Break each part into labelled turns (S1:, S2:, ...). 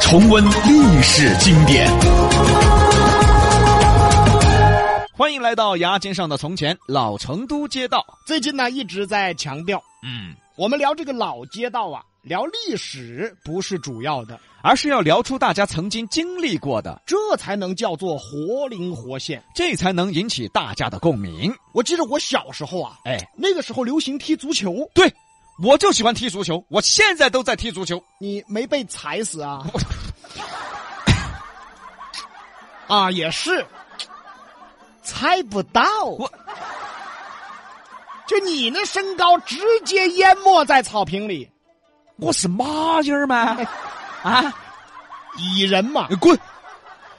S1: 重温历史经典。
S2: 欢迎来到牙尖上的从前，老成都街道。
S3: 最近呢一直在强调，
S1: 嗯，
S3: 我们聊这个老街道啊，聊历史不是主要的，
S2: 而是要聊出大家曾经经历过的，
S3: 这才能叫做活灵活现。
S2: 这才能引起大家的共鸣。
S3: 我记得我小时候啊，
S2: 哎，
S3: 那个时候流行踢足球，
S2: 对，我就喜欢踢足球，我现在都在踢足球。
S3: 你没被踩死啊？啊，也是，猜不到。
S2: 我
S3: 就你那身高，直接淹没在草坪里，
S2: 我是马英儿吗？啊，
S3: 蚁人嘛。
S2: 滚！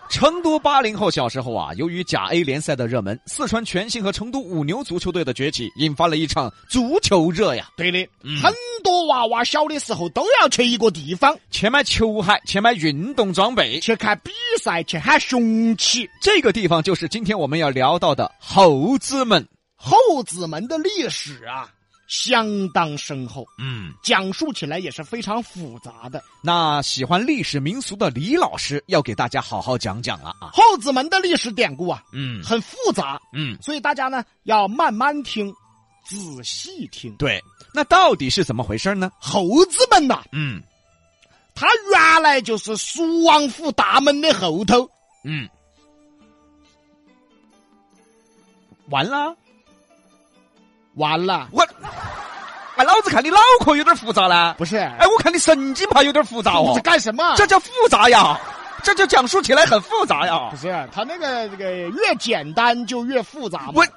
S2: 成都八零后小时候啊，由于甲 A 联赛的热门，四川全兴和成都五牛足球队的崛起，引发了一场足球热呀。
S3: 对的，很多娃娃小的时候都要去一个地方
S2: 去买球鞋，去买运动装备，
S3: 去看比赛，去喊雄起。
S2: 这个地方就是今天我们要聊到的猴子们。
S3: 后子们的历史啊，相当深厚，
S1: 嗯，
S3: 讲述起来也是非常复杂的。
S2: 那喜欢历史民俗的李老师要给大家好好讲讲了啊！
S3: 后子们的历史典故啊，
S1: 嗯，
S3: 很复杂，
S1: 嗯，
S3: 所以大家呢要慢慢听，仔细听。
S1: 对，
S2: 那到底是怎么回事呢？
S3: 猴子们呐、
S1: 嗯，
S3: 他原来就是蜀王府大门的后头。
S1: 嗯，
S2: 完了，
S3: 完了，
S2: 我，哎，老子看你脑壳有点复杂了，
S3: 不是？
S2: 哎，我看你神经牌有点复杂
S3: 你
S2: 哦
S3: 这，干什么？
S2: 这叫复杂呀，这就讲述起来很复杂呀
S3: 不。是他那个这个越简单就越复杂嘛。
S2: 我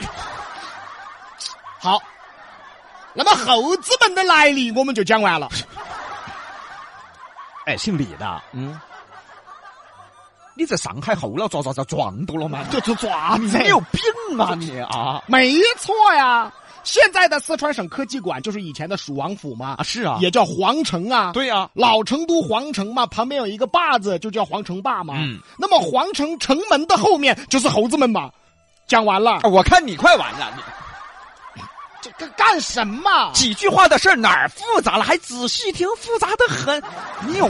S3: 好，那么猴子们的来历我们就讲完了。
S2: 哎，姓李的，
S3: 嗯，
S2: 你在上海后脑爪爪子撞到了吗？
S3: 啊就就爪子，
S2: 你有病啊你啊！
S3: 没错呀。现在的四川省科技馆就是以前的蜀王府嘛，
S2: 啊是啊
S3: 也叫皇城啊，
S2: 对呀
S3: 老成都皇城嘛，旁边有一个坝字，就叫皇城坝嘛。
S1: 嗯，
S3: 那么皇城城门的后面就是猴子们嘛。讲完了，
S2: 啊我看你快完了，你。
S3: 这干干什么？
S2: 几句话的事儿哪儿复杂了？还仔细听，复杂的很。你有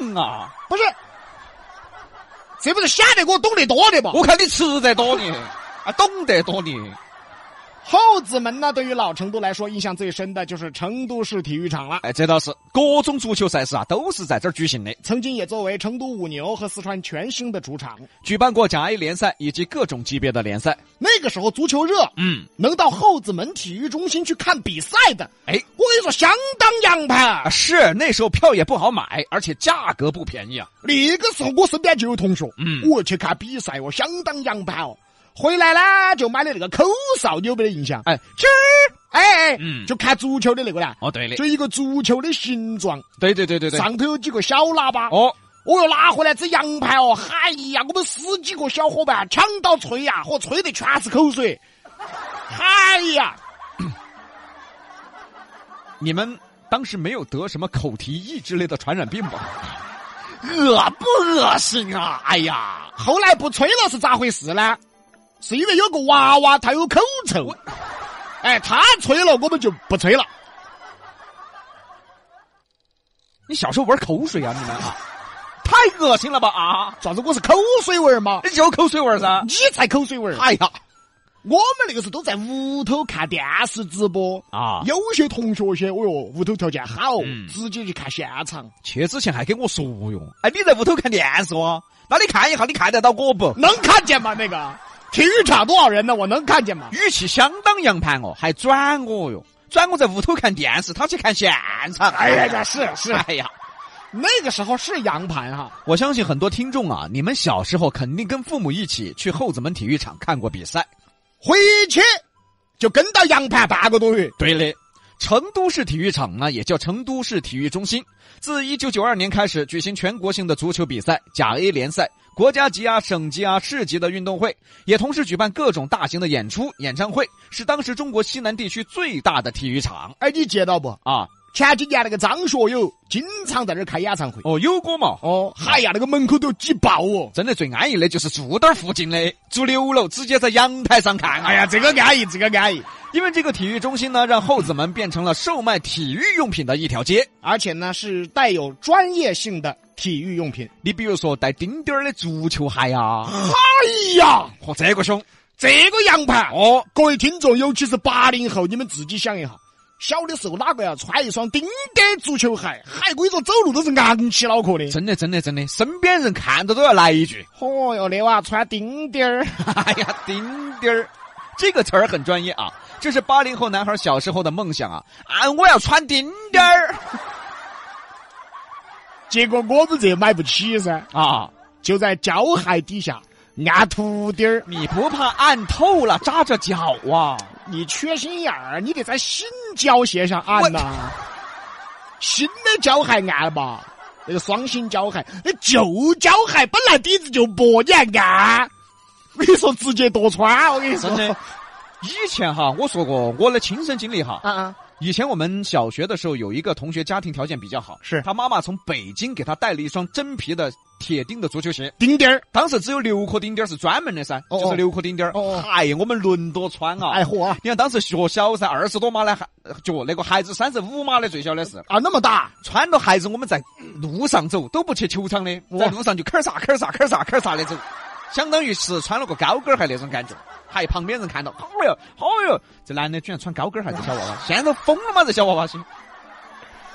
S2: 病啊！
S3: 不是，这不是显得我懂得多的吧？
S2: 我看你吃得多你，啊，懂得多你。
S3: 猴子们呢，对于老成都来说，印象最深的就是成都市体育场了。
S2: 哎，这倒是，各种足球赛事啊，都是在这儿举行的，
S3: 曾经也作为成都五牛和四川全兴的主场。
S2: 举办过甲 A 联赛以及各种级别的联赛。
S3: 那个时候足球热，
S1: 嗯，
S3: 能到后子门体育中心去看比赛的，
S2: 哎，
S3: 我跟你说，相当洋
S2: 啊，
S3: 派。
S2: 是那时候票也不好买，而且价格不便宜啊。
S3: 那个时候我身边就有同学，
S1: 嗯
S3: 我去看比赛哦，相当洋派哦。回来呢，就买了那个口哨，你有没得印象？
S2: 哎，
S3: 今儿，哎哎，
S1: 嗯
S3: 就看足球的那个呢，
S1: 哦，对的，
S3: 就一个足球的形状，
S2: 对对对哎对对。
S3: 上头有几个小喇叭。
S2: 哦，
S3: 我又拿回来这洋牌哦，嗨呀，我们十几个小伙伴抢到吹呀，和吹的全是口水，嗨呀，
S2: 你们当时没有得什么口蹄疫之类的传染病吧？
S3: 恶不恶心啊！哎呀，后来不吹了是咋回事呢？是因为有个娃娃他有口臭，哎，他吹了我们就不吹了。
S2: 你小时候玩口水啊，你们啊，太恶心了吧啊！
S3: 啥子？我是口水味儿吗？
S2: 有口水味儿噻。
S3: 你才口水味儿！
S2: 哎呀，
S3: 我们那个时候都在屋头看电视直播
S2: 啊
S3: 有些同学些，哦哟，屋头条件好，
S1: 嗯
S3: 直接去看现场。
S2: 去之前还跟我说哟，哎，你在屋头看电视哦？那你看一下，你看得到我不？
S3: 能看见吗？那个体育场多少人呢？我能看见吗？
S2: 语气相当洋盘哦，还转我哟，转我在屋头看电视，他去看现场。啊
S3: 哎呀呀，是是，
S2: 哎呀，
S3: 那个时候是洋盘哈。
S2: 我相信很多听众啊，你们小时候肯定跟父母一起去后子门体育场看过比赛。
S3: 回去就跟到洋盘半个多月，
S2: 对的，成都市体育场呢，也叫成都市体育中心，自一九九二年开始举行全国性的足球比赛、甲 A 联赛、国家级啊、省级啊、市级的运动会，也同时举办各种大型的演出、演唱会，是当时中国西南地区最大的体育场
S3: 哎，你见到不？
S2: 啊！
S3: 前几年那个张学友经常在这儿开演唱会。
S2: 哦，有过嘛？
S3: 哦，嗨呀，那个门口都挤爆哦！
S2: 真的最安逸的就是住那儿附近的，住六楼，直接在阳台上看。
S3: 哎呀，这个安逸，这个安逸，
S2: 因为这个体育中心呢，让后子门变成了售卖体育用品的一条街。
S3: 而且呢是带有专业性的体育用品。
S2: 你比如说带钉钉儿的足球鞋呀、啊，
S3: 哎呀，
S2: 和这个凶。
S3: 这个洋盘
S2: 哦，
S3: 各位听众，尤其是八零后，你们自己想一下，小的时候哪个要穿一双钉钉足球鞋？嗨，我跟你说，走路都是昂起脑壳的。
S2: 真的，真的，真的，身边人看着都要来一 句
S3: 哦哟，那娃穿钉钉儿，
S2: “哎呀，钉钉儿”，这个词儿很专业啊。这是八零后男孩小时候的梦想啊！啊，我要穿钉钉儿
S3: 结果我们这买不起噻，
S2: 啊！
S3: 就在胶鞋底下按凸钉儿。
S2: 你不怕按透了扎着脚 啊？
S3: 你缺心眼儿，你得在新胶鞋上按啊呐、新的胶鞋按吧，那个双新胶鞋，那旧胶鞋本来底子就薄，你还按？我跟你说，直接多穿，我跟你说
S2: 真。的。以前哈，我说过我的亲身经历哈。
S3: 啊啊！
S2: 以前我们小学的时候，有一个同学家庭条件比较好，
S3: 是
S2: 他妈妈从北京给他带了一双真皮的铁钉的足球鞋，
S3: 钉钉儿，
S2: 当时只有六颗钉钉儿是专门的噻，
S3: 哦哦
S2: 就是六颗钉钉儿。
S3: 哦哦
S2: 哎呀，我们轮多穿啊！
S3: 哎嚯啊
S2: 你看当时学小噻，二十多码的还脚，那个孩子三十五码的最小的是，
S3: 啊，那么大，
S2: 穿了孩子我们在路上走都不去球场的，
S3: 哇
S2: 在路上就坎儿啥坎儿啥坎儿啥坎儿啥的走，相当于是穿了个高跟儿鞋那种感觉。还旁边人看到，哦哟哦哟，这男的居然穿高跟儿鞋，这小娃娃，现在疯了吗？这小娃娃是。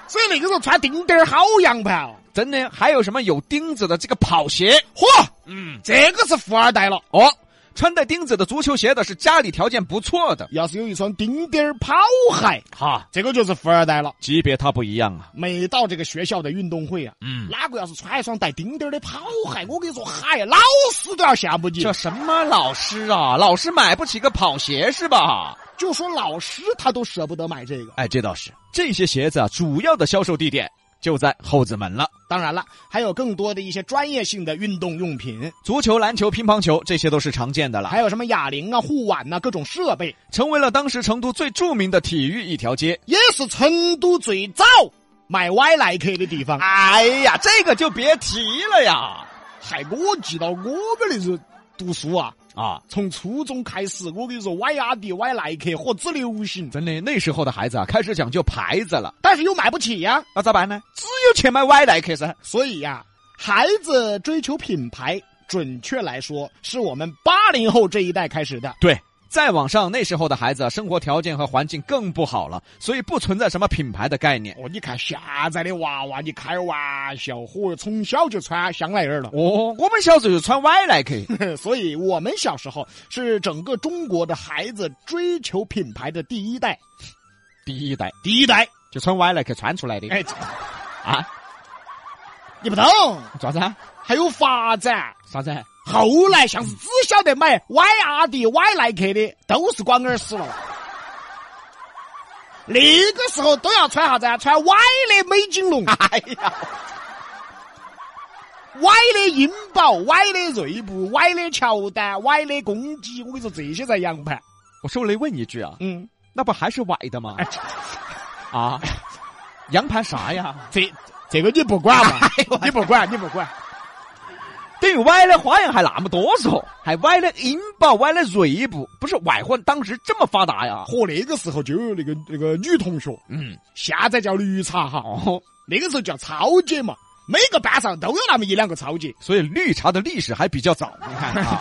S3: 所以那个时候穿钉钉儿好洋盘哦。
S2: 真的还有什么有钉子的这个跑鞋
S3: 嚯，嗯，这个是富二代了。
S2: 哦，穿带钉子的足球鞋的是家里条件不错的
S3: 要是有一双钉钉儿跑鞋，
S2: 哈，
S3: 这个就是富二代了。
S2: 级别它不一样啊。
S3: 每到这个学校的运动会啊，
S2: 嗯，
S3: 哪个要是穿一双带钉钉儿的跑鞋，我跟你说，嗨，老师都要羡慕你。
S2: 这什么老师啊？老师买不起个跑鞋是吧？
S3: 就说老师他都舍不得买这个。
S2: 哎，这倒是。这些鞋子啊，主要的销售地点就在后子门了。
S3: 当然了，还有更多的一些专业性的运动用品，
S2: 足球、篮球、乒乓球，这些都是常见的了，
S3: 还有什么哑铃啊、护腕呐、各种设备，
S2: 成为了当时成都最著名的体育一条街。
S3: 也是成都最早买歪耐克的地方。
S2: 哎呀，这个就别提了呀！
S3: 嗨，我记到我们那时候读书啊，
S2: 啊，
S3: 从初中开始，我跟你说，歪阿迪、歪耐克何止流行，
S2: 真的，那时候的孩子啊，开始讲究牌子了。
S3: 但是又买不起呀、
S2: 那咋办呢？只有去买歪耐克噻。
S3: 所以呀、孩子追求品牌，准确来说，是我们八零后这一代开始的。
S2: 对，再往上，那时候的孩子啊，生活条件和环境更不好了，所以不存在什么品牌的概念。
S3: 哦，你看现在的娃娃，你开玩笑，嚯，从小就穿香奈儿了。
S2: 哦，我们小时候就穿歪耐克，
S3: 所以我们小时候是整个中国的孩子追求品牌的第一代。
S2: 第一代
S3: 第一代，
S2: 就穿歪耐克穿出来的。
S3: 哎，
S2: 啊，
S3: 你不懂，
S2: 咋子啊？
S3: 还有发展。
S2: 啥子啊？
S3: 后来像是只晓得买歪阿迪、歪耐克的，都是光耳屎了。那个时候都要穿啥子啊？穿歪的美津浓，
S2: 哎呀，
S3: 歪的英宝，歪的锐步，歪的乔丹，歪的公鸡。我跟你说，这些才洋盘。
S2: 我受累问一句啊，
S3: 嗯，
S2: 那不还是歪的
S3: 哎
S2: 吗？啊，洋盘啥呀？
S3: 这这个你不管 嘛？
S2: 哎
S3: 你不管，你不管。
S2: 等于歪的花样还那么多嗦，还歪的英宝，歪的锐步，不是外环当时这么发达呀？
S3: 和那个时候就有那个那个女同学，
S2: 嗯，
S3: 现在叫绿茶哈，
S2: 哦，
S3: 那个时候叫超姐嘛，每个班上都有那么一两个超姐，
S2: 所以绿茶的历史还比较早，你
S3: 哎
S2: 看啊。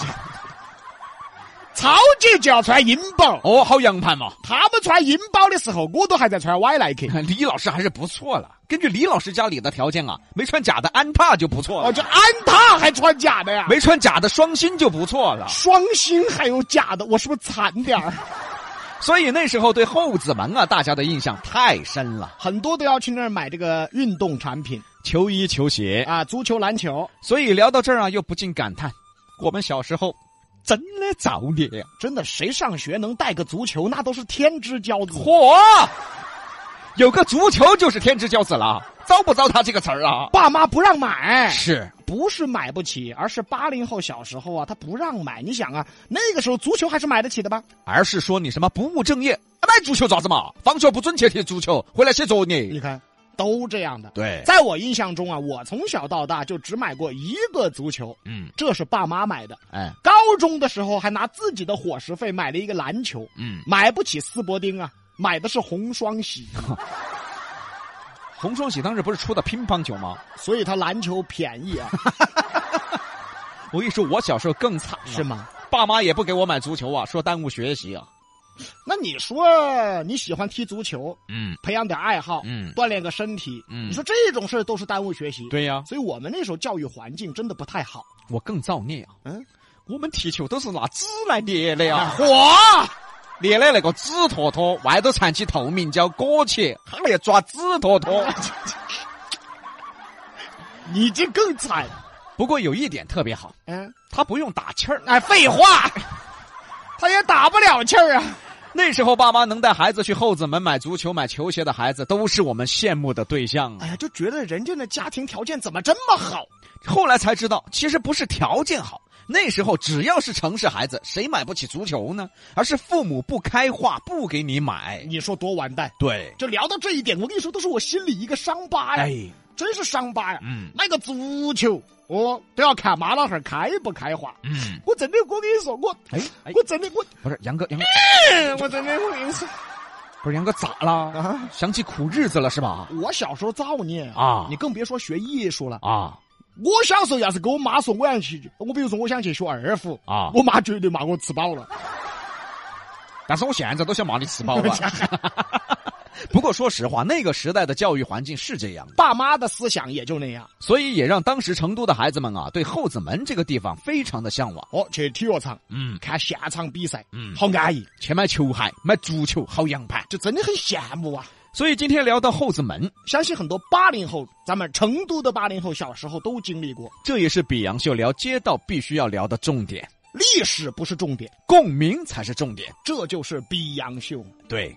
S3: 超姐就要穿英宝。
S2: 哦，好洋盘嘛！
S3: 他们穿英宝的时候，我都还在穿歪耐克。
S2: 李老师还是不错了。根据李老师家里的条件啊，没穿假的安踏就不错了，
S3: 哦，这安踏还穿假的呀？
S2: 没穿假的双星就不错了。
S3: 双星还有假的，我是不是惨点儿？
S2: 所以那时候对后子门啊，大家的印象太深 了。
S3: 很多都要去那儿买这个运动产品
S2: 球衣、球鞋，
S3: 啊，足球、篮球，
S2: 所以聊到这儿啊，又不禁感叹：我们小时候真的造孽呀！
S3: 真的，谁上学能带个足球，那都是天之骄子。
S2: 嚯，有个足球就是天之骄子了，糟不糟蹋这个词儿啊？
S3: 爸妈不让买，
S2: 是，
S3: 不是买不起，而是八零后小时候啊，他不让买。你想啊，那个时候足球还是买得起的吧？
S2: 而是说你什么不务正业，买足球咋子嘛？放学不准去踢足球，回来写作
S3: 你
S2: 业。
S3: 看，都这样的。
S2: 对，
S3: 在我印象中啊，我从小到大就只买过一个足球，
S2: 嗯，
S3: 这是爸妈买的。
S2: 哎，
S3: 高中的时候还拿自己的伙食费买了一个篮球，
S2: 嗯，
S3: 买不起斯伯丁啊，买的是红双 喜，
S2: 红双喜当时不是出的乒乓球吗？
S3: 所以他篮球便宜啊，
S2: 我跟你说，我小时候更惨、啊
S3: 是？吗？
S2: 爸妈也不给我买足球啊，说耽误学习啊。
S3: 那你说你喜欢踢足球，
S2: 嗯
S3: 培养点爱好，
S2: 嗯，
S3: 锻炼个身体，
S2: 嗯
S3: 你说这种事儿都是耽误学习，
S2: 对呀、
S3: 所以我们那时候教育环境真的不太好。
S2: 我更造孽啊。
S3: 嗯，
S2: 我们踢球都是拿纸来捏的
S3: 啊
S2: 呀。
S3: 哎火，
S2: 捏的那个纸坨坨，外头缠起透明胶裹起，他那抓纸坨坨。
S3: 你这更惨，
S2: 不过有一点特别好，
S3: 嗯，
S2: 他不用打气儿。
S3: 哎，废话，他也打不了气儿啊。
S2: 那时候爸妈能带孩子去后子门买足球、买球鞋的孩子，都是我们羡慕的对象啊。
S3: 哎呀，就觉得人家的家庭条件怎么这么好？
S2: 后来才知道，其实不是条件好，那时候只要是城市孩子，谁买不起足球呢？而是父母不开化，不给你买。
S3: 你说多完蛋！
S2: 对，
S3: 就聊到这一点，我跟你说，都是我心里一个伤疤呀，
S2: 哎，
S3: 真是伤疤呀。
S2: 嗯
S3: 那个足球，我都要看马老汉儿开不开化。
S2: 嗯，
S3: 我真的，我跟你说，我，
S2: 哎哎，
S3: 我真的，我，
S2: 不是杨哥，杨哥
S3: 我真的，我跟你说
S2: 不是杨哥咋了？
S3: 啊，
S2: 想起苦日子了是吧？
S3: 我小时候造孽啊，
S2: 啊
S3: 你更别说学艺术了。
S2: 啊
S3: 我小时候要是跟我妈说我要去，我比如说我想去学二胡，
S2: 啊！
S3: 我妈绝对骂我吃饱了。
S2: 但是我现在都想骂你吃 饱了。不过说实话，那个时代的教育环境是这样的，
S3: 爸妈的思想也就那样。
S2: 所以也让当时成都的孩子们啊，对后子门这个地方非常的向往。
S3: 哦，去体育场
S2: 嗯，
S3: 看现场比赛，
S2: 嗯
S3: 好安逸，
S2: 去买球鞋、买足球、好洋盘。
S3: 就真的很羡慕啊。
S2: 所以今天聊到后子门，
S3: 相信很多八零后，咱们成都的八零后小时候都经历过。
S2: 这也是比杨秀聊街道必须要聊的重点，
S3: 历史不是重点，
S2: 共鸣才是重点。
S3: 这就是比洋秀。
S2: 对。